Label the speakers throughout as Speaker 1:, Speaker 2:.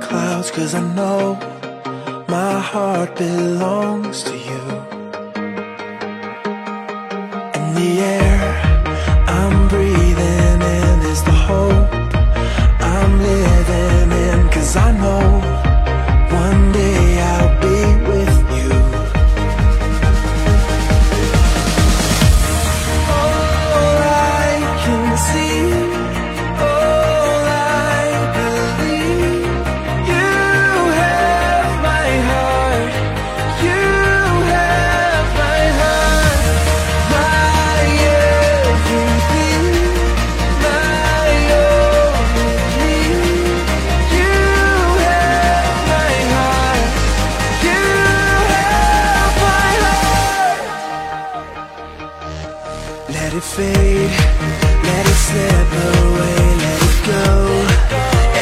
Speaker 1: cause I know my heart belongs to you. In the air I'm breathing in is the hope I'm living in, cause I know one day I'll be with you. All I can see, all I believe, you have my heart, you have my heart. My everything, my only. You have my heart, you have my heart. Let it fade, let it slip away, let it go.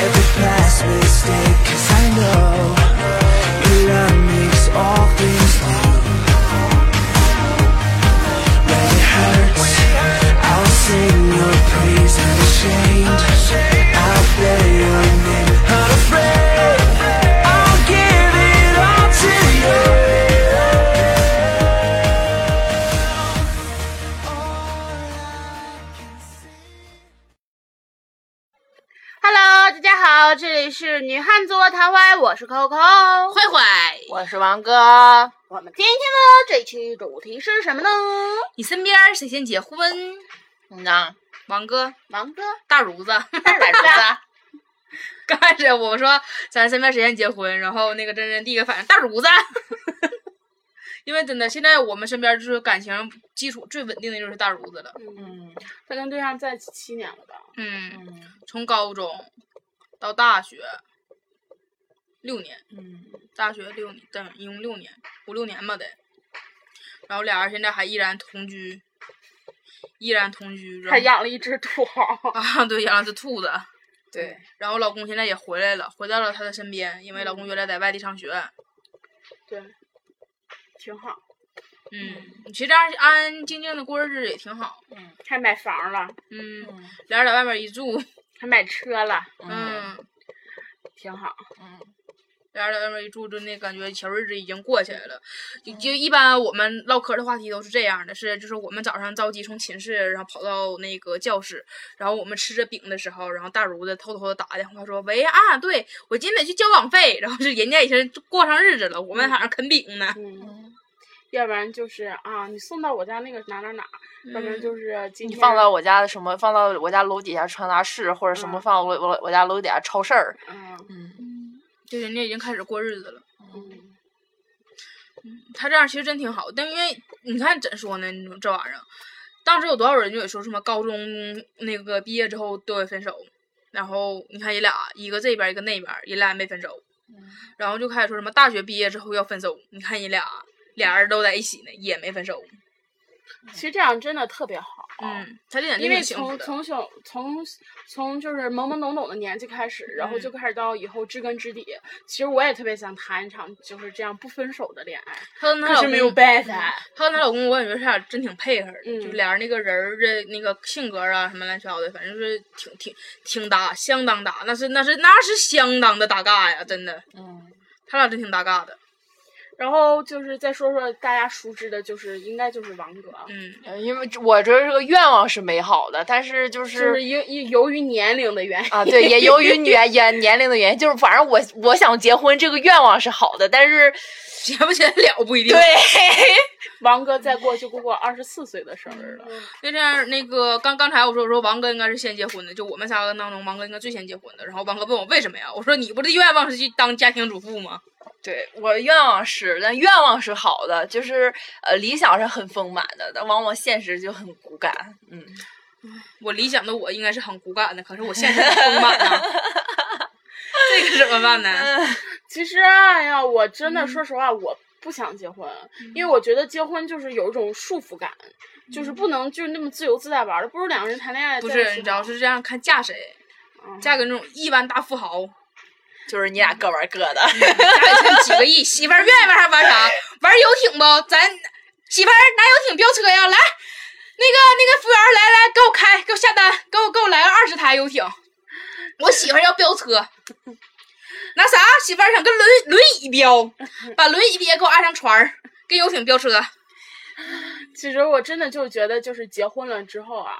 Speaker 1: Every past mistake, cause I know your love makes all things new. When it hurts, I'll sing your praise unashamed. I'll bear your name unafraid. I'll give it all to you.
Speaker 2: Hello，大家好，这里是女汉子窝桃花，我是 Coco，
Speaker 3: 坏坏，
Speaker 2: 我是王哥。我们今天呢，这一期主题是什么呢？
Speaker 3: 你身边谁先结婚？
Speaker 2: 嗯呐，
Speaker 3: 王哥，
Speaker 2: 王 哥，
Speaker 3: 大如子，
Speaker 2: 大如子，
Speaker 3: 刚开始我说咱身边谁先结婚，然后那个真真第一个反应大如子， 因为真的现在我们身边就是感情基础最稳定的就是大如子了。
Speaker 2: 嗯，他跟对象在一起七年了吧？
Speaker 3: 嗯，从高中到大学六年，
Speaker 2: 嗯，
Speaker 3: 大学六年，等一共六年，五六年吧得。然后俩人现在还依然同居，依然同居。然
Speaker 2: 还
Speaker 3: 后
Speaker 2: 养了一只兔。
Speaker 3: 啊，对，养了只兔子。
Speaker 2: 对，
Speaker 3: 然后老公现在也回来了，回到了她的身边，因为老公原来在外地上学。
Speaker 2: 对，挺好。
Speaker 3: 嗯，其实这样安安静静的过日子也挺好。
Speaker 2: 还买房了，
Speaker 3: 嗯，俩人在外面一住，
Speaker 2: 还买车了，
Speaker 3: 嗯，
Speaker 2: 挺好。
Speaker 3: 俩人在外面一住，就那感觉小日子已经过起来了。就就一般我们唠嗑的话题都是这样的，是就是我们早上着急从寝室，然后跑到那个教室，然后我们吃着饼的时候，然后大如子偷偷的打个电话说：“喂啊，对我今天得去交网费。”然后是人家已经过上日子了，我们还在那啃饼呢。
Speaker 2: 嗯，要不然就是啊，你送到我家那个哪哪哪，要不
Speaker 3: 嗯
Speaker 2: 然就是今
Speaker 4: 你
Speaker 2: 天
Speaker 4: 放到我家的什么？放到我家楼底下传达室，或者什
Speaker 2: 嗯
Speaker 4: 么放到我我我家楼底下超市儿。
Speaker 2: 嗯
Speaker 4: 嗯，
Speaker 3: 就人家已经开始过日子了。
Speaker 2: 嗯
Speaker 3: 他这样其实真挺好，但因为你看怎说呢，你说这玩意儿，当时有多少人就得说什么高中那个毕业之后都得分手，然后你看人俩一个这边一个那边，人俩也没分手，
Speaker 2: 嗯
Speaker 3: 然后就开始说什么大学毕业之后要分手，你看人俩俩人都在一起呢，也没分
Speaker 2: 哦
Speaker 3: 手，
Speaker 2: 其实这样真的特别好。
Speaker 3: 嗯，他这点真
Speaker 2: 因为
Speaker 3: 挺幸
Speaker 2: 从
Speaker 3: 福的，
Speaker 2: 从小从从就是懵懵懂懂的年纪开始，然后就
Speaker 3: 嗯
Speaker 2: 开始到以后知根知底。其实我也特别想谈一场就是这样不分手的恋爱，
Speaker 3: 她跟她
Speaker 2: 可
Speaker 3: 老
Speaker 2: 是没有
Speaker 3: 公，
Speaker 2: 办法。
Speaker 3: 她跟她老公，我感觉他俩真挺配合的，
Speaker 2: 嗯
Speaker 3: 就是俩人那个人儿的那个性格啊什么乱七八糟的，反正是挺挺挺搭，相当搭，那是那是那是相当的搭嘎呀，真的。
Speaker 4: 嗯，
Speaker 3: 他俩真挺搭嘎的，
Speaker 2: 然后就是再说说大家熟知的，就是应该就是王哥，啊
Speaker 3: 嗯，
Speaker 4: 呃因为这我觉得这个愿望是美好的，但是就
Speaker 2: 就是是。因因由于年龄的原因，
Speaker 4: 啊，对，也由于 年年年龄的原因，就是反正我我想结婚这个愿望是好的，但 是
Speaker 3: 结 不结得了不一定。
Speaker 4: 对，
Speaker 2: 王哥再过就过过二十四岁的生日了。
Speaker 3: 那这样那个刚刚才我说我说王哥应该是先结婚的，就我们三个当中王哥应该最先结婚的。然后王哥问我为什么呀？我说你不是愿望是去当家庭主妇吗？
Speaker 4: 对我的愿望是，但愿望是好的，就是呃理想是很丰满的，但往往现实就很骨感。嗯，
Speaker 3: 我理想的我应该是很骨感的，可是我现实很丰满 呐。这个怎么办呢？
Speaker 2: 其实，哎呀，我真
Speaker 3: 嗯
Speaker 2: 的说实话，我不想结婚，因为我觉得结婚就是有一种束缚感，就是不能就是那么自由自在玩儿了，不如两个人谈恋爱
Speaker 3: 嗯不
Speaker 2: 在一起好。
Speaker 3: 是，你知道是这样看嫁谁，
Speaker 2: 嗯
Speaker 3: 嫁给那种亿万大富豪，
Speaker 4: 就是你俩各玩各的。
Speaker 3: 家里趁几个亿，媳妇儿愿意玩啥玩啥，玩游艇不？咱媳妇儿拿游艇飙车呀，来，那个那个服务员儿来来，给我开，给我下单，给我给我来了二十台游艇，我媳妇儿要飙车。那啥，媳妇儿想跟轮轮椅飙，把轮椅也给我按上船儿，跟游艇飙车。
Speaker 2: 其实我真的就觉得，就是结婚了之后啊，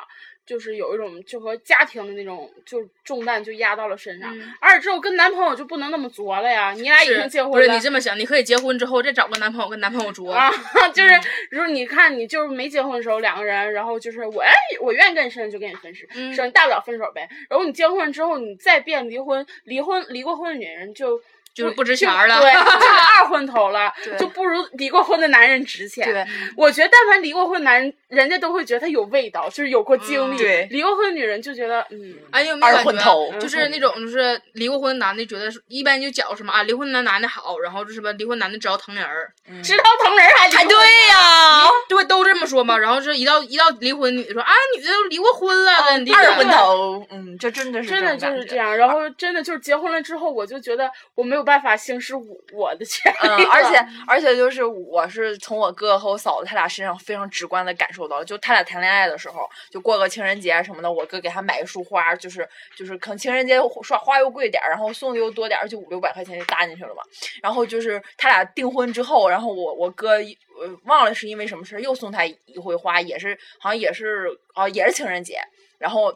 Speaker 2: 就是有一种就和家庭的那种，就是重担就压到了身上。
Speaker 3: 嗯
Speaker 2: 而且之后跟男朋友就不能那么作了呀，你俩已
Speaker 3: 是
Speaker 2: 经结
Speaker 3: 不
Speaker 2: 婚
Speaker 3: 是
Speaker 2: 了
Speaker 3: 你。这么想，你可以结婚之后再找个男朋友跟男朋友作。
Speaker 2: 啊， 就是，
Speaker 3: 嗯
Speaker 2: 如果你看你就是没结婚的时候两个人，然后就是我哎，我愿意跟你分手就跟你分手，
Speaker 3: 嗯
Speaker 2: 是吧你大不了分手呗。然后你结婚之后，你再变离婚，离婚离过婚的女人就
Speaker 3: 就是不值钱儿了
Speaker 2: 对，就是二婚头了
Speaker 4: 对，
Speaker 2: 就不如离过婚的男人值钱。
Speaker 4: 对，
Speaker 2: 我觉得但凡离过婚的男人，人家都会觉得他有味道，就是有过经历。
Speaker 3: 嗯
Speaker 4: 对
Speaker 2: 离过婚的女人就觉得，嗯，
Speaker 3: 哎，你有没有
Speaker 4: 二
Speaker 3: 感
Speaker 4: 婚
Speaker 3: 觉
Speaker 4: 头嗯
Speaker 3: 就是那种就是离过婚的男的觉得是一般就讲什么啊，离婚的男的好，然后就是吧，离婚男的只要疼人儿，
Speaker 2: 知道疼人还离
Speaker 4: 哎，
Speaker 2: 婚
Speaker 4: 嗯对呀、
Speaker 3: 对，都这么说嘛。然后是一到一到离婚，女的说啊，女的都离过婚了，跟离
Speaker 4: 哦二
Speaker 3: 婚
Speaker 4: 婚
Speaker 3: 了
Speaker 4: 头，嗯，这真的是
Speaker 2: 真的
Speaker 4: 这
Speaker 2: 就
Speaker 4: 种
Speaker 2: 是
Speaker 4: 感
Speaker 2: 这
Speaker 4: 觉。啊
Speaker 2: 样。然后真的就是结婚了之后，我就觉得我没有办法行使我我的权利
Speaker 4: 嗯
Speaker 2: 了、，
Speaker 4: 而且而且就是，我是从我哥和我嫂子他俩身上非常直观的感受到了，就他俩谈恋爱的时候，就过个情人节什么的，我哥给他买一束花，就是就是可能情人节刷花又贵点儿，然后送的又多点儿，就五六百块钱就搭进去了嘛。然后就是他俩订婚之后，然后我我哥一呃忘了是因为什么事儿又送他一回花，也是好像也是啊、也是情人节，然后。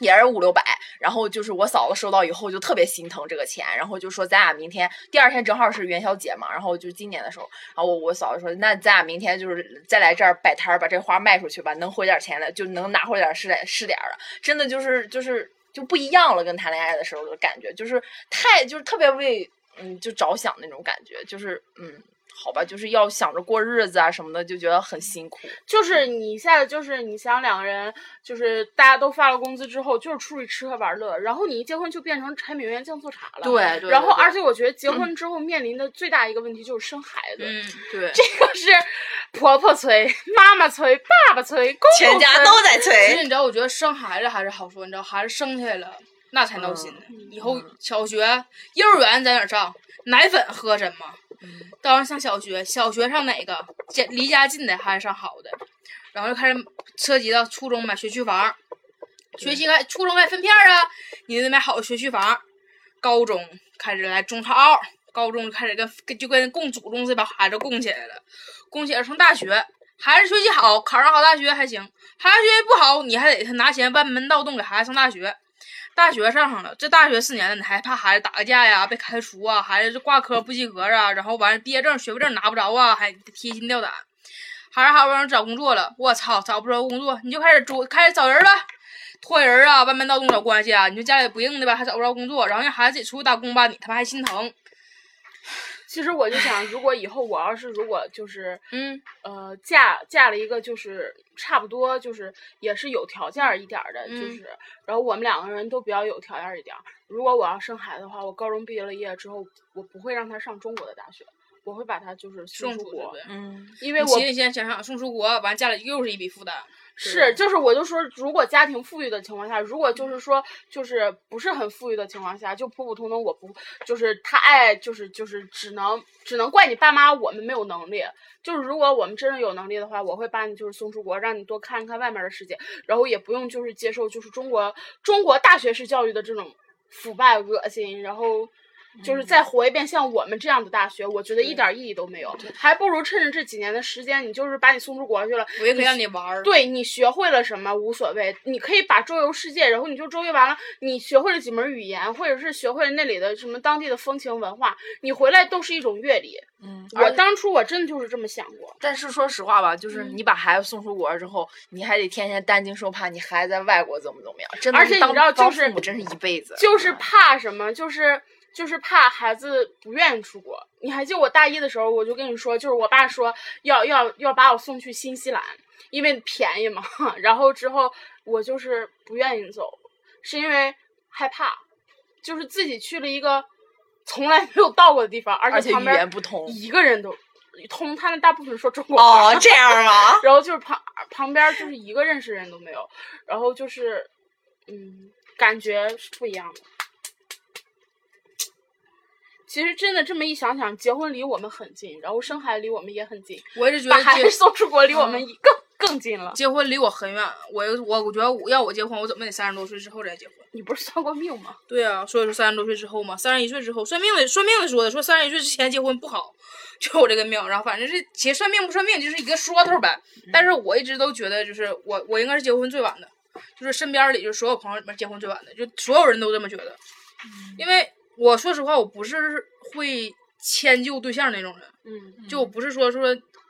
Speaker 4: 也是五六百，然后就是我嫂子收到以后就特别心疼这个钱，然后就说咱俩明天第二天正好是元宵节嘛，然后就今年的时候，然后我我嫂子说那咱俩明天就是再来这儿摆摊儿把这花卖出去吧，能回点钱来就能拿回点儿是点是点儿了，真的就是就是就不一样了，跟谈恋爱的时候的感觉就是太就是特别为嗯就着想那种感觉，就是嗯好吧，就是要想着过日子啊什么的，就觉得很辛苦，
Speaker 2: 就是你一下子就是你想两个人，就是大家都发了工资之后，就是出去吃喝玩乐，然后你一结婚就变成柴米油盐酱醋茶了。。
Speaker 4: 对对，嗯
Speaker 2: 然后，而
Speaker 4: 且
Speaker 2: 且我觉得结婚之后面临的最大一个问题就是生孩子，
Speaker 3: 嗯，
Speaker 4: 对
Speaker 2: 这个是婆婆催、妈妈催、爸爸催、公公
Speaker 4: 全家
Speaker 2: 催
Speaker 4: 都在催
Speaker 3: 其， 实你知道，我觉得生孩子还是好说，你知道，孩子生下来了，那才闹心呢。以后小学、幼儿园在哪儿上？奶粉喝什么？到时候上小学，小学上哪个？家离家近的还是上好的？然后就开始涉及到初中买学区房，学习还初中还分片儿啊，你得买好的学区房。高中开始来中超，高中就开始跟跟就跟供祖宗这帮孩子供起来了，供起来上大学，孩子学习好，考上好大学还行，孩子学习不好，你还得拿钱弯门盗洞给孩子上大学。大学上上了，这大学四年了，你还怕孩子打个架呀、被开除啊，孩子挂科不及格啊，然后完了毕业证、学位证拿不着啊，还提心吊胆。孩子好不容易找工作了，我操，找不着工作，你就开始主开始找人了，托人啊，弯门盗洞找关系啊，你说家里不硬的吧，还找不着工作，然后让孩子自己出去打工吧，你他妈还心疼，
Speaker 2: 其实我就想，如果以后我要是如果就是
Speaker 3: 嗯，
Speaker 2: 呃嫁嫁了一个就是差不多就是也是有条件儿一点儿的，就
Speaker 3: 嗯
Speaker 2: 是然后我们两个人都比较有条件儿一点儿。如果我要生孩子的话，我高中毕业了业之后，我不会让他上中国的大学，我会把他就是送
Speaker 3: 送
Speaker 2: 出
Speaker 3: 出去
Speaker 2: 国，
Speaker 3: 呗。
Speaker 4: 嗯，
Speaker 2: 因
Speaker 3: 因
Speaker 2: 为
Speaker 3: 为
Speaker 2: 我
Speaker 3: 我先想想送出国，完家里又是一笔负担。
Speaker 2: 是，就是我就说，如果家庭富裕的情况下，如果就是说就是不是很富裕的情况下，就普普通通，我不就是他爱就是就是只能只能怪你爸妈，我们没有能力。就是如果我们真的有能力的话，我会把你就是送出国，让你多看一看外面的世界，然后也不用就是接受就是中国中国大学式教育的这种腐败恶心，然后。就是再活一遍像我们这样的大学，我觉得一点儿意义都没有，还不如趁着这几年的时间，你就是把你送出国去了，
Speaker 3: 我也可以让你玩儿。
Speaker 2: 对你学会了什么无所谓，你可以把周游世界，然后你就周游完了，你学会了几门语言，或者是学会了那里的什么当地的风情文化，你回来都是一种阅历。
Speaker 4: 嗯，
Speaker 2: 我当初我真的就是这么想过，
Speaker 4: 但是说实话吧，就是
Speaker 3: 嗯
Speaker 4: 你把孩子送出国之后，你还得天天担惊受怕，你孩子在外国怎么怎么样，真的。
Speaker 2: 而且你
Speaker 4: 当
Speaker 2: 知道就
Speaker 4: 当
Speaker 2: 是
Speaker 4: 父母真是一辈子，啊嗯
Speaker 2: 就是怕什么，就是就是怕孩子不愿意出国。你还记得我大一的时候，我就跟你说，就是我爸说要要要把我送去新西兰，因为便宜嘛。 然后之后我就是不愿意走，是因为害怕，就是自己去了一个从来没有到过的地方，而
Speaker 4: 而且
Speaker 2: 旁
Speaker 4: 语
Speaker 2: 边
Speaker 4: 言不通。
Speaker 2: 一个人都通，他们大部分说中国话。
Speaker 4: 哦，这样 吗？
Speaker 2: 然后就是旁旁边就是一个认识人都没有，然后就是，嗯，感觉是不一样的。其实真的这么一想想，结婚离我们很近，然后生孩子离我们也很近，
Speaker 3: 我一直觉
Speaker 2: 把
Speaker 3: 得
Speaker 2: 孩
Speaker 3: 结
Speaker 2: 子送出国离我们更、更近了。
Speaker 3: 结婚离我很远，我我我觉得我要我结婚，我怎么得三十多岁之后再结婚。
Speaker 2: 你不是算过命吗？
Speaker 3: 对啊，所以说三十多岁之后嘛，三十一岁之后，算命的算命的说的，说三十一岁之前结婚不好，就我这个命。然后反正是其实算命不算命就是一个说头呗。但是我一直都觉得，就是我我应该是结婚最晚的，就是身边里就是所有朋友里面结婚最晚的，就所有人都这么觉得。因为我说实话，我不是会迁就对象那种人，
Speaker 2: 嗯，
Speaker 3: 就我不是说说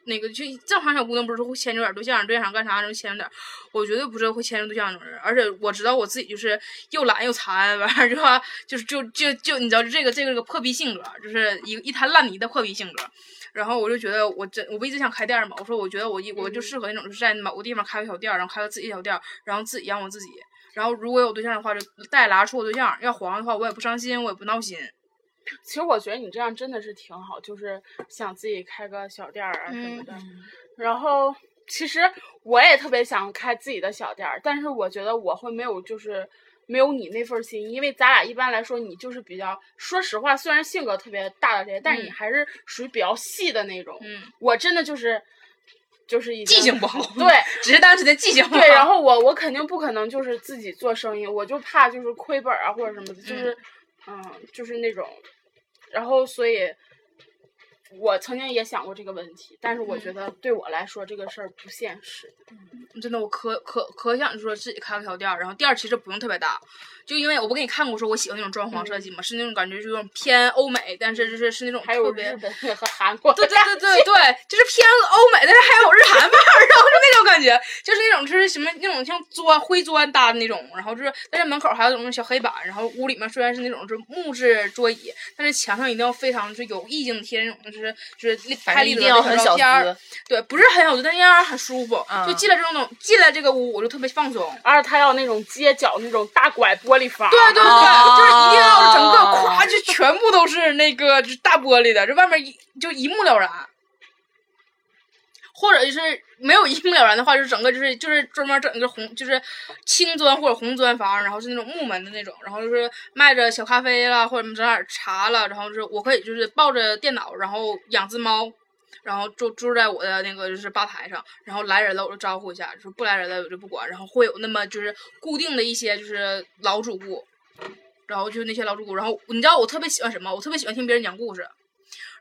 Speaker 3: 那个，就正常小姑娘不是会迁就点儿对象，对象想干啥就迁就点儿，我绝对不是会迁就对象那种人。而且我知道我自己就是又懒又馋，完事儿就吧，就是就就就你知道这个这个破逼性格，就是一一滩烂泥的破逼性格。然后我就觉得我真我不一直想开店儿嘛，我说我觉得我一我
Speaker 2: 嗯
Speaker 3: 就适合那种就是在某个地方开个小店儿，然后开个自己小店儿，然后自己养我自己。然后如果有对象的话，就再拉处我对象；要黄的话，我也不伤心，我也不闹心。
Speaker 2: 其实我觉得你这样真的是挺好，就是想自己开个小店儿啊什
Speaker 3: 嗯
Speaker 2: 么的。然后其实我也特别想开自己的小店儿，但是我觉得我会没有就是。没有你那份心，因为咱俩一般来说，你就是比较，说实话，虽然性格特别大大咧咧，但是你
Speaker 3: 嗯
Speaker 2: 还是属于比较细的那种。
Speaker 3: 嗯，
Speaker 2: 我真的就是，就是已
Speaker 3: 记
Speaker 2: 经
Speaker 3: 性不好
Speaker 2: 对，
Speaker 3: 只是单纯的记 性不好。
Speaker 2: 对，然后我我肯定不可能就是自己做生意，我就怕就是亏本儿啊或者什么的，就是，嗯就是那种，然后所以，我曾经也想过这个问题，但是我
Speaker 3: 嗯
Speaker 2: 觉得对我来说这个事儿不现实。
Speaker 3: 真的，我可可可想说自己开个小店儿，然后店儿其实不用特别大，就因为我不给你看过说我喜欢那种装潢设
Speaker 4: 嗯
Speaker 3: 计嘛，是那种感觉就是那种偏欧美，但是就是是那种
Speaker 2: 还有
Speaker 3: 特别
Speaker 2: 日本和韩国
Speaker 3: 对
Speaker 2: 的
Speaker 3: 对对对对，就是偏欧美，但是还有日韩范儿，然后就那种感觉，就是那种就是什么那种像砖灰砖搭的那种，然后就是但是门口还有那种小黑板，然后屋里面虽然是那种就是木质桌椅，但是墙上一定要非常就是有意境贴那种就是就是立
Speaker 4: 反
Speaker 3: 拍
Speaker 4: 正
Speaker 3: 立
Speaker 4: 一
Speaker 3: 得
Speaker 4: 定要
Speaker 3: 那
Speaker 4: 很
Speaker 3: 种照
Speaker 4: 小
Speaker 3: 片儿，
Speaker 4: 资，
Speaker 3: 对，不是很小，但那样很舒服。
Speaker 4: 嗯
Speaker 3: 就进来这种进来这个屋，我就特别放松。
Speaker 2: 而且他要那种街角那种大拐玻璃房，
Speaker 3: 对对对，
Speaker 4: 啊
Speaker 3: 就是一定要整个咵，就全部都是那个就是大玻璃的，这外面一就一目了然。或者就是没有一目了然的话，就是整个就是就是专门整一个红就是青砖或者红砖房，然后是那种木门的那种，然后就是卖着小咖啡啦，或者整点儿茶啦，然后就是我可以就是抱着电脑，然后养只猫，然后就住在我的那个就是吧台上，然后来人了我就招呼一下，就是不来人了我就不管，然后会有那么就是固定的一些就是老主顾，然后就是那些老主顾，然后你知道我特别喜欢什么？我特别喜欢听别人讲故事。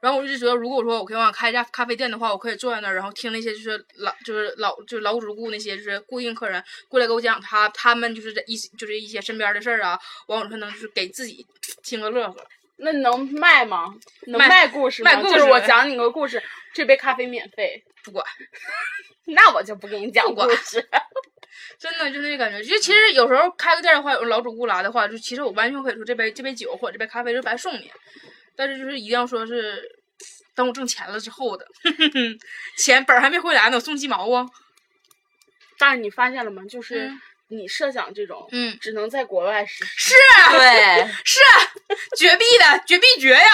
Speaker 3: 然后我就觉得，如果说我可以往开一家咖啡店的话，我可以坐在那儿，然后听那些就是老就是老就是老主顾那些就是固定客人过来给我讲他他们就是在一就是一些身边的事儿啊，完我就能就是给自己听个乐呵。
Speaker 2: 那能卖吗？能
Speaker 3: 卖
Speaker 2: 卖故事吗？
Speaker 3: 卖故
Speaker 2: 就是
Speaker 3: 事
Speaker 2: 我讲你个故事，这杯咖啡免费，
Speaker 3: 不管，
Speaker 2: 那我就不给你讲
Speaker 3: 不
Speaker 2: 故
Speaker 3: 管
Speaker 2: 事。
Speaker 3: 真的就那感觉，就其实有时候开个店的话，有老主顾来的话，就其实我完全可以说这杯这杯酒或者这杯咖啡就白送你，但是就是一定要说是等我挣钱了之后的， 钱本儿还没回来呢，我送鸡毛啊。
Speaker 2: 但是你发现了吗？就是
Speaker 3: 嗯
Speaker 2: 你设想这种，
Speaker 3: 嗯
Speaker 2: 只能在国外实施。
Speaker 4: 对，
Speaker 3: 是绝壁的绝壁绝呀！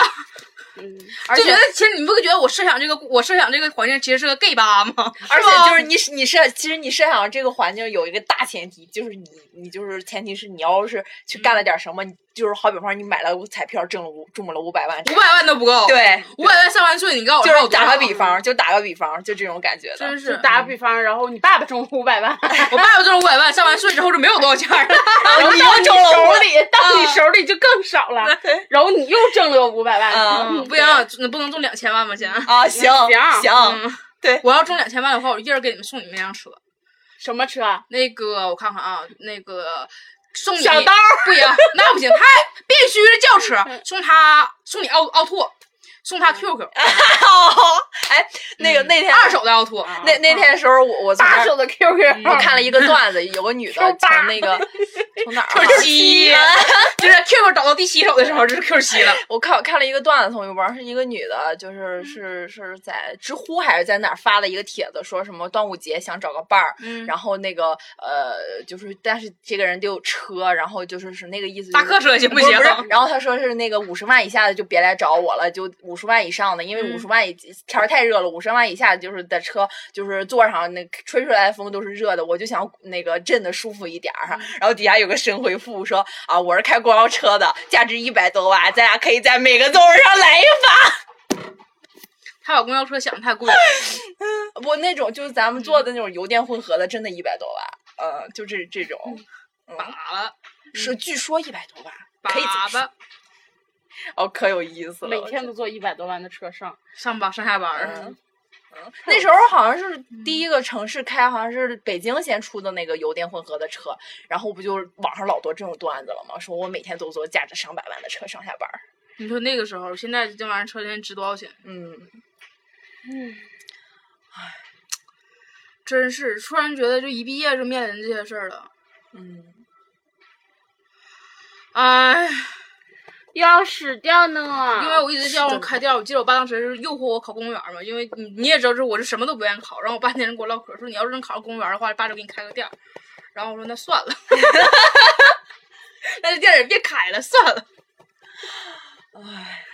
Speaker 2: 嗯，
Speaker 4: 而
Speaker 3: 就觉
Speaker 4: 且
Speaker 3: 得其实你不觉得我设想这个我设想这个环境其实是个 gay 吧吗？
Speaker 4: 而
Speaker 3: 吧
Speaker 4: 且就是你是你设，其实你设想这个环境有一个大前提，就是你你就是前提是你要是去干了点什么，你就是好比方你买了个彩票中了五中了五百万，
Speaker 3: 五百万都不够，，
Speaker 4: 对，
Speaker 3: 五百万上万岁，你告诉我
Speaker 4: 就
Speaker 3: 还有
Speaker 4: 是
Speaker 3: 多
Speaker 4: 打
Speaker 3: 少
Speaker 4: 个比，方，就打个比方，就这种感觉的
Speaker 3: 真。
Speaker 2: 就是打个比方，然后你爸爸中五百万，
Speaker 4: 哦
Speaker 3: 我爸有这种五百万上完税之后就没有多少钱了，
Speaker 2: 然后
Speaker 4: 啊你
Speaker 2: 到
Speaker 4: 又
Speaker 2: 你
Speaker 4: 中了嗯
Speaker 2: 手
Speaker 4: 500
Speaker 2: 里，到你手里就更少了，然后你又挣了五百万，
Speaker 4: 啊
Speaker 3: 嗯不行，你不能中两千万吧先。
Speaker 4: 啊，行
Speaker 2: 行
Speaker 4: 行，
Speaker 3: 嗯，
Speaker 4: 对
Speaker 3: 我要中两千万的话，我一人给你们送你们一辆车。
Speaker 2: 什么车？啊
Speaker 3: 那个我看看啊，那个送你
Speaker 2: 小刀
Speaker 3: 不行，那不行，他必须是轿
Speaker 4: 嗯
Speaker 3: 车，送他送你奥奥拓，送他 QQ，
Speaker 4: 哎，那个
Speaker 3: 嗯
Speaker 4: 那天
Speaker 3: 二手的奥拓，
Speaker 4: 那那天的时候，我我从那
Speaker 2: 啊八
Speaker 4: 儿
Speaker 2: 手的 QQ，
Speaker 4: 我看了
Speaker 3: 嗯
Speaker 4: 一个段子，有个女的
Speaker 2: Q 八
Speaker 4: 从那个从哪儿啊？
Speaker 3: Q 七， 就是 QQ 找到第七手的时候，就是 Q 七了。
Speaker 4: 我看我看了一个段子，从微博上是一个女的，就是是是在知乎还是在哪儿发了一个帖子，说什么端午节想找个伴儿，
Speaker 3: 嗯
Speaker 4: 然后那个呃，就是但是这个人得有车，然后就是是那个意思、就
Speaker 3: 大
Speaker 4: 是。
Speaker 3: 客车行
Speaker 4: 不
Speaker 3: 行？
Speaker 4: 是不是，然后他说是那个五十万以下的就别来找我了，就五十万以上的，因为
Speaker 3: 嗯
Speaker 4: 五十万以天儿太热了，五十万以下就是在车就是座上那吹出来的风都是热的，我就想那个震的舒服一点
Speaker 3: 嗯
Speaker 4: 儿。然后底下有个神回复说啊，我是开公交车的，价值一百多万，咱俩可以在每个座位上来一发。
Speaker 3: 她把公交车想的太贵了。
Speaker 4: 我那种就是咱们做的那种油电混合的，真的一百多瓦，呃，就这这种，嗯
Speaker 3: 粑粑，
Speaker 4: 是据说一百多瓦，可以这么
Speaker 3: 粑
Speaker 4: 说
Speaker 3: 粑，
Speaker 4: 哦，可有意思了。
Speaker 2: 每
Speaker 4: 我觉
Speaker 2: 天
Speaker 4: 得
Speaker 2: 都坐一百多万的车上，
Speaker 3: 上班上下班儿
Speaker 4: 嗯，那时候好像是第一个城市开，好像是北京先出的那个油电混合的车，然后不就网上老多这种段子了吗？说我每天都坐驾着上百万的车上下班儿。
Speaker 3: 你说那个时候，现在这玩意儿车钱值多少钱？
Speaker 4: 嗯，
Speaker 2: 嗯，
Speaker 3: 真是突然觉得，就一毕业就面临这些事儿了。
Speaker 4: 嗯，
Speaker 3: 哎，
Speaker 2: 要死掉呢。
Speaker 3: 因为我一直叫
Speaker 4: 是
Speaker 3: 我
Speaker 4: 的
Speaker 3: 开店，我记得我爸当时是诱惑我考公务员儿嘛，因为你你也知道，就是我是什么都不愿意考。然后我爸那人跟我唠嗑，说你要是能考上公务员儿的话，爸就给你开个店儿。然后我说那算了， 那这店儿也别开了，算了。
Speaker 4: 唉，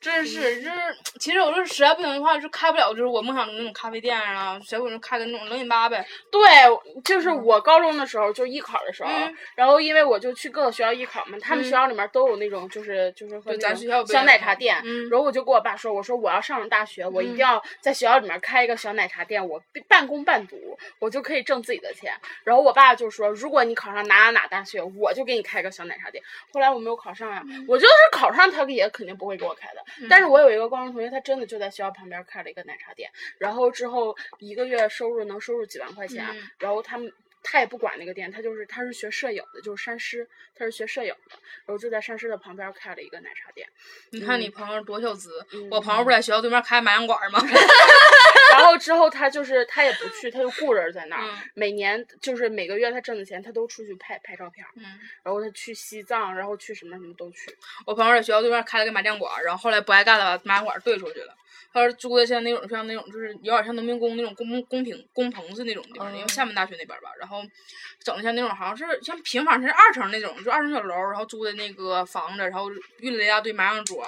Speaker 3: 真是，就是，其实我说实在不行的话，就开不了，就是我梦想中那种咖啡店啊，结果就开个那种冷饮吧呗。
Speaker 2: 对，就是我高中的时候，就艺考的时候，
Speaker 3: 嗯
Speaker 2: 然后因为我就去各个学校艺考嘛，他们
Speaker 3: 嗯
Speaker 2: 学校里面都有那种就是就是和
Speaker 3: 对
Speaker 2: 那
Speaker 3: 咱
Speaker 2: 种
Speaker 3: 学校不
Speaker 2: 小
Speaker 3: 也
Speaker 2: 奶
Speaker 3: 有
Speaker 2: 茶店，
Speaker 3: 嗯
Speaker 2: 然后我就跟我爸说，我说我要上了大学，我一定
Speaker 3: 嗯
Speaker 2: 要在学校里面开一个小奶茶店，我半工半读，我就可以挣自己的钱。然后我爸就说，如果你考上哪哪哪大学，我就给你开个小奶茶店。后来我没有考上呀、我就是考上他也肯定不会给我开的。但是我有一个高中同学，他真的就在学校旁边开了一个奶茶店，然后之后一个月收入能收入几万块钱，啊
Speaker 3: 嗯
Speaker 2: 然后他们。他也不管那个店，他就是他是学摄影的，就是山师，他是学摄影的，然后就在山师的旁边开了一个奶茶店，
Speaker 3: 你看你朋友多小资，
Speaker 2: 嗯
Speaker 3: 我朋友不在学校对面开麻将馆儿吗？
Speaker 2: 然后之后他就是他也不去，他就雇人在那儿。
Speaker 3: 嗯
Speaker 2: 每年就是每个月他挣的钱，他都出去拍拍照片儿，
Speaker 3: 嗯，
Speaker 2: 然后他去西藏，然后去什么什么都去。
Speaker 3: 我朋友在学校对面开了个麻将馆儿，然后后来不爱干了，把麻将馆儿兑出去了。他说租的像那种像那种就是有点像农民工那种公公平工棚子那种地方，因为
Speaker 4: 哦
Speaker 3: 厦门大学那边儿吧，然后整的像那种好像是像平房，是二层那种，就二层小楼，然后租的那个房子，然后运了一大堆麻将桌，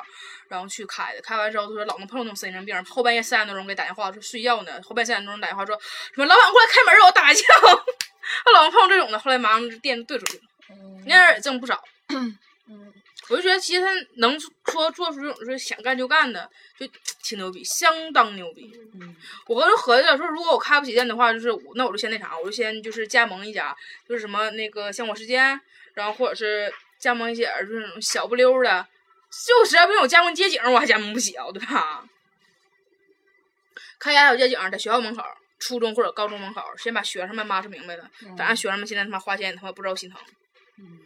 Speaker 3: 然后去开的。开完之后，他说老能碰到那种神经病儿，后半夜三点多钟给打电话说睡觉呢，后半夜三点多钟打电话说什么老板过来开门儿，我打麻将。 他老能碰到这种的，后来麻将店就兑出去了，那样儿也挣不少。
Speaker 4: 嗯
Speaker 3: 我就觉得其实他能说做出这种说想干就干的，就挺牛逼，相当牛逼。
Speaker 4: 嗯
Speaker 3: 我跟人合计了，说如果我开不起店的话，就是我那我就先那啥，我就先就是加盟一家，就是什么那个香果时间，然后或者是加盟一些就是那种小不溜儿的，就实在不行我加盟街景，我还加盟不起啊，对吧？开家小街景，在学校门口、初中或者高中门口，先把学生们骂是明白了，咱让学生们现在他妈花钱，他妈不知道心疼。
Speaker 4: 嗯，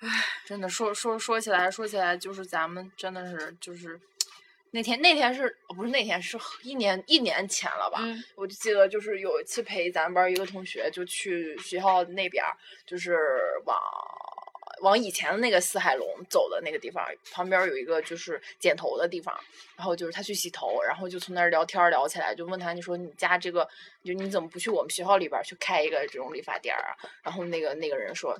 Speaker 4: 唉，真的说说说起来，说起来就是咱们真的是就是。那天那天是哦不是那天是一年一年前了吧？
Speaker 3: 嗯
Speaker 4: 我就记得就是有一次陪咱们班儿一个同学就去学校那边儿，就是往往以前的那个四海龙走的那个地方，旁边儿有一个就是剪头的地方，然后就是他去洗头，然后就从那儿聊天儿聊起来，就问他你说你家这个就你怎么不去我们学校里边儿去开一个这种理发店儿啊？然后那个那个人说。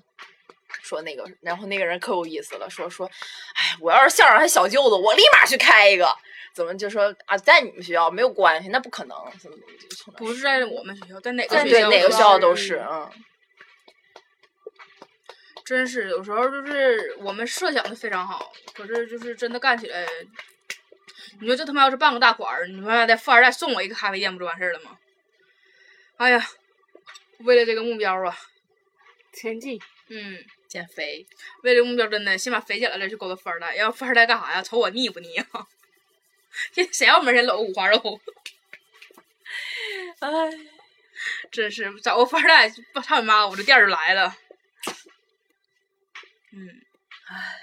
Speaker 4: 说那个，然后那个人可有意思了，说说，哎，我要是校长还小舅子，我立马去开一个，怎么就说啊，在你们学校没有关系，那不可能，怎么怎么就从那儿
Speaker 3: 不是在我们学校，在哪个
Speaker 4: 对
Speaker 3: 学
Speaker 4: 对
Speaker 3: 校都
Speaker 4: 哪个学
Speaker 3: 是
Speaker 4: 校都是，嗯，
Speaker 3: 真是有时候就是我们设想的非常好，可是就是真的干起来，你说这他妈要是办个大款儿，你他妈的富二代送我一个咖啡店不就完事儿了吗？哎呀，为了这个目标啊，
Speaker 2: 前进，
Speaker 3: 嗯，
Speaker 4: 减肥，
Speaker 3: 为了目标真的先把肥减了再去勾搭富二代，要富二代干啥呀？瞅我腻不腻呀、啊？ 谁谁要门前搂个五花肉？
Speaker 4: 哎，
Speaker 3: 真是找个富二代，操你妈，我这店儿就来了。嗯，哎，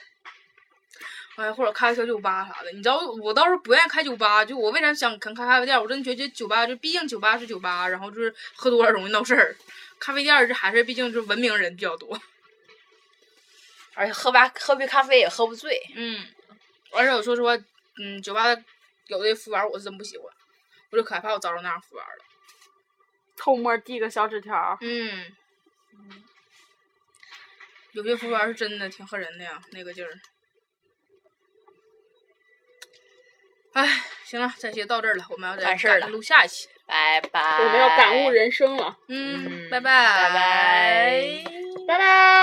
Speaker 3: 哎，或者开个小酒吧啥的。你知道，我倒是不愿意开酒吧，就我为啥想开咖啡店？我真觉得酒吧就毕竟酒吧是酒吧，然后就是喝多了容易闹事儿。咖啡店儿这还是毕竟就是文明人比较多。
Speaker 4: 而且喝吧喝杯咖啡也喝不醉，
Speaker 3: 嗯，而且我说实话，嗯，酒吧有的服务员儿我是真不喜欢，我就可害怕我招着那样服务员儿了。
Speaker 2: 偷摸递个小纸条儿，
Speaker 3: 嗯，有些服务员是真的挺吓人的呀，那个劲儿。哎，行了，这期就到这儿了，我们要再
Speaker 4: 完事儿
Speaker 3: 赶着
Speaker 4: 了
Speaker 3: 录下一期。
Speaker 4: 拜拜，哎
Speaker 2: 我们要感悟人生了，
Speaker 3: 嗯，
Speaker 4: 嗯
Speaker 3: 拜拜
Speaker 4: 拜拜
Speaker 2: 拜拜。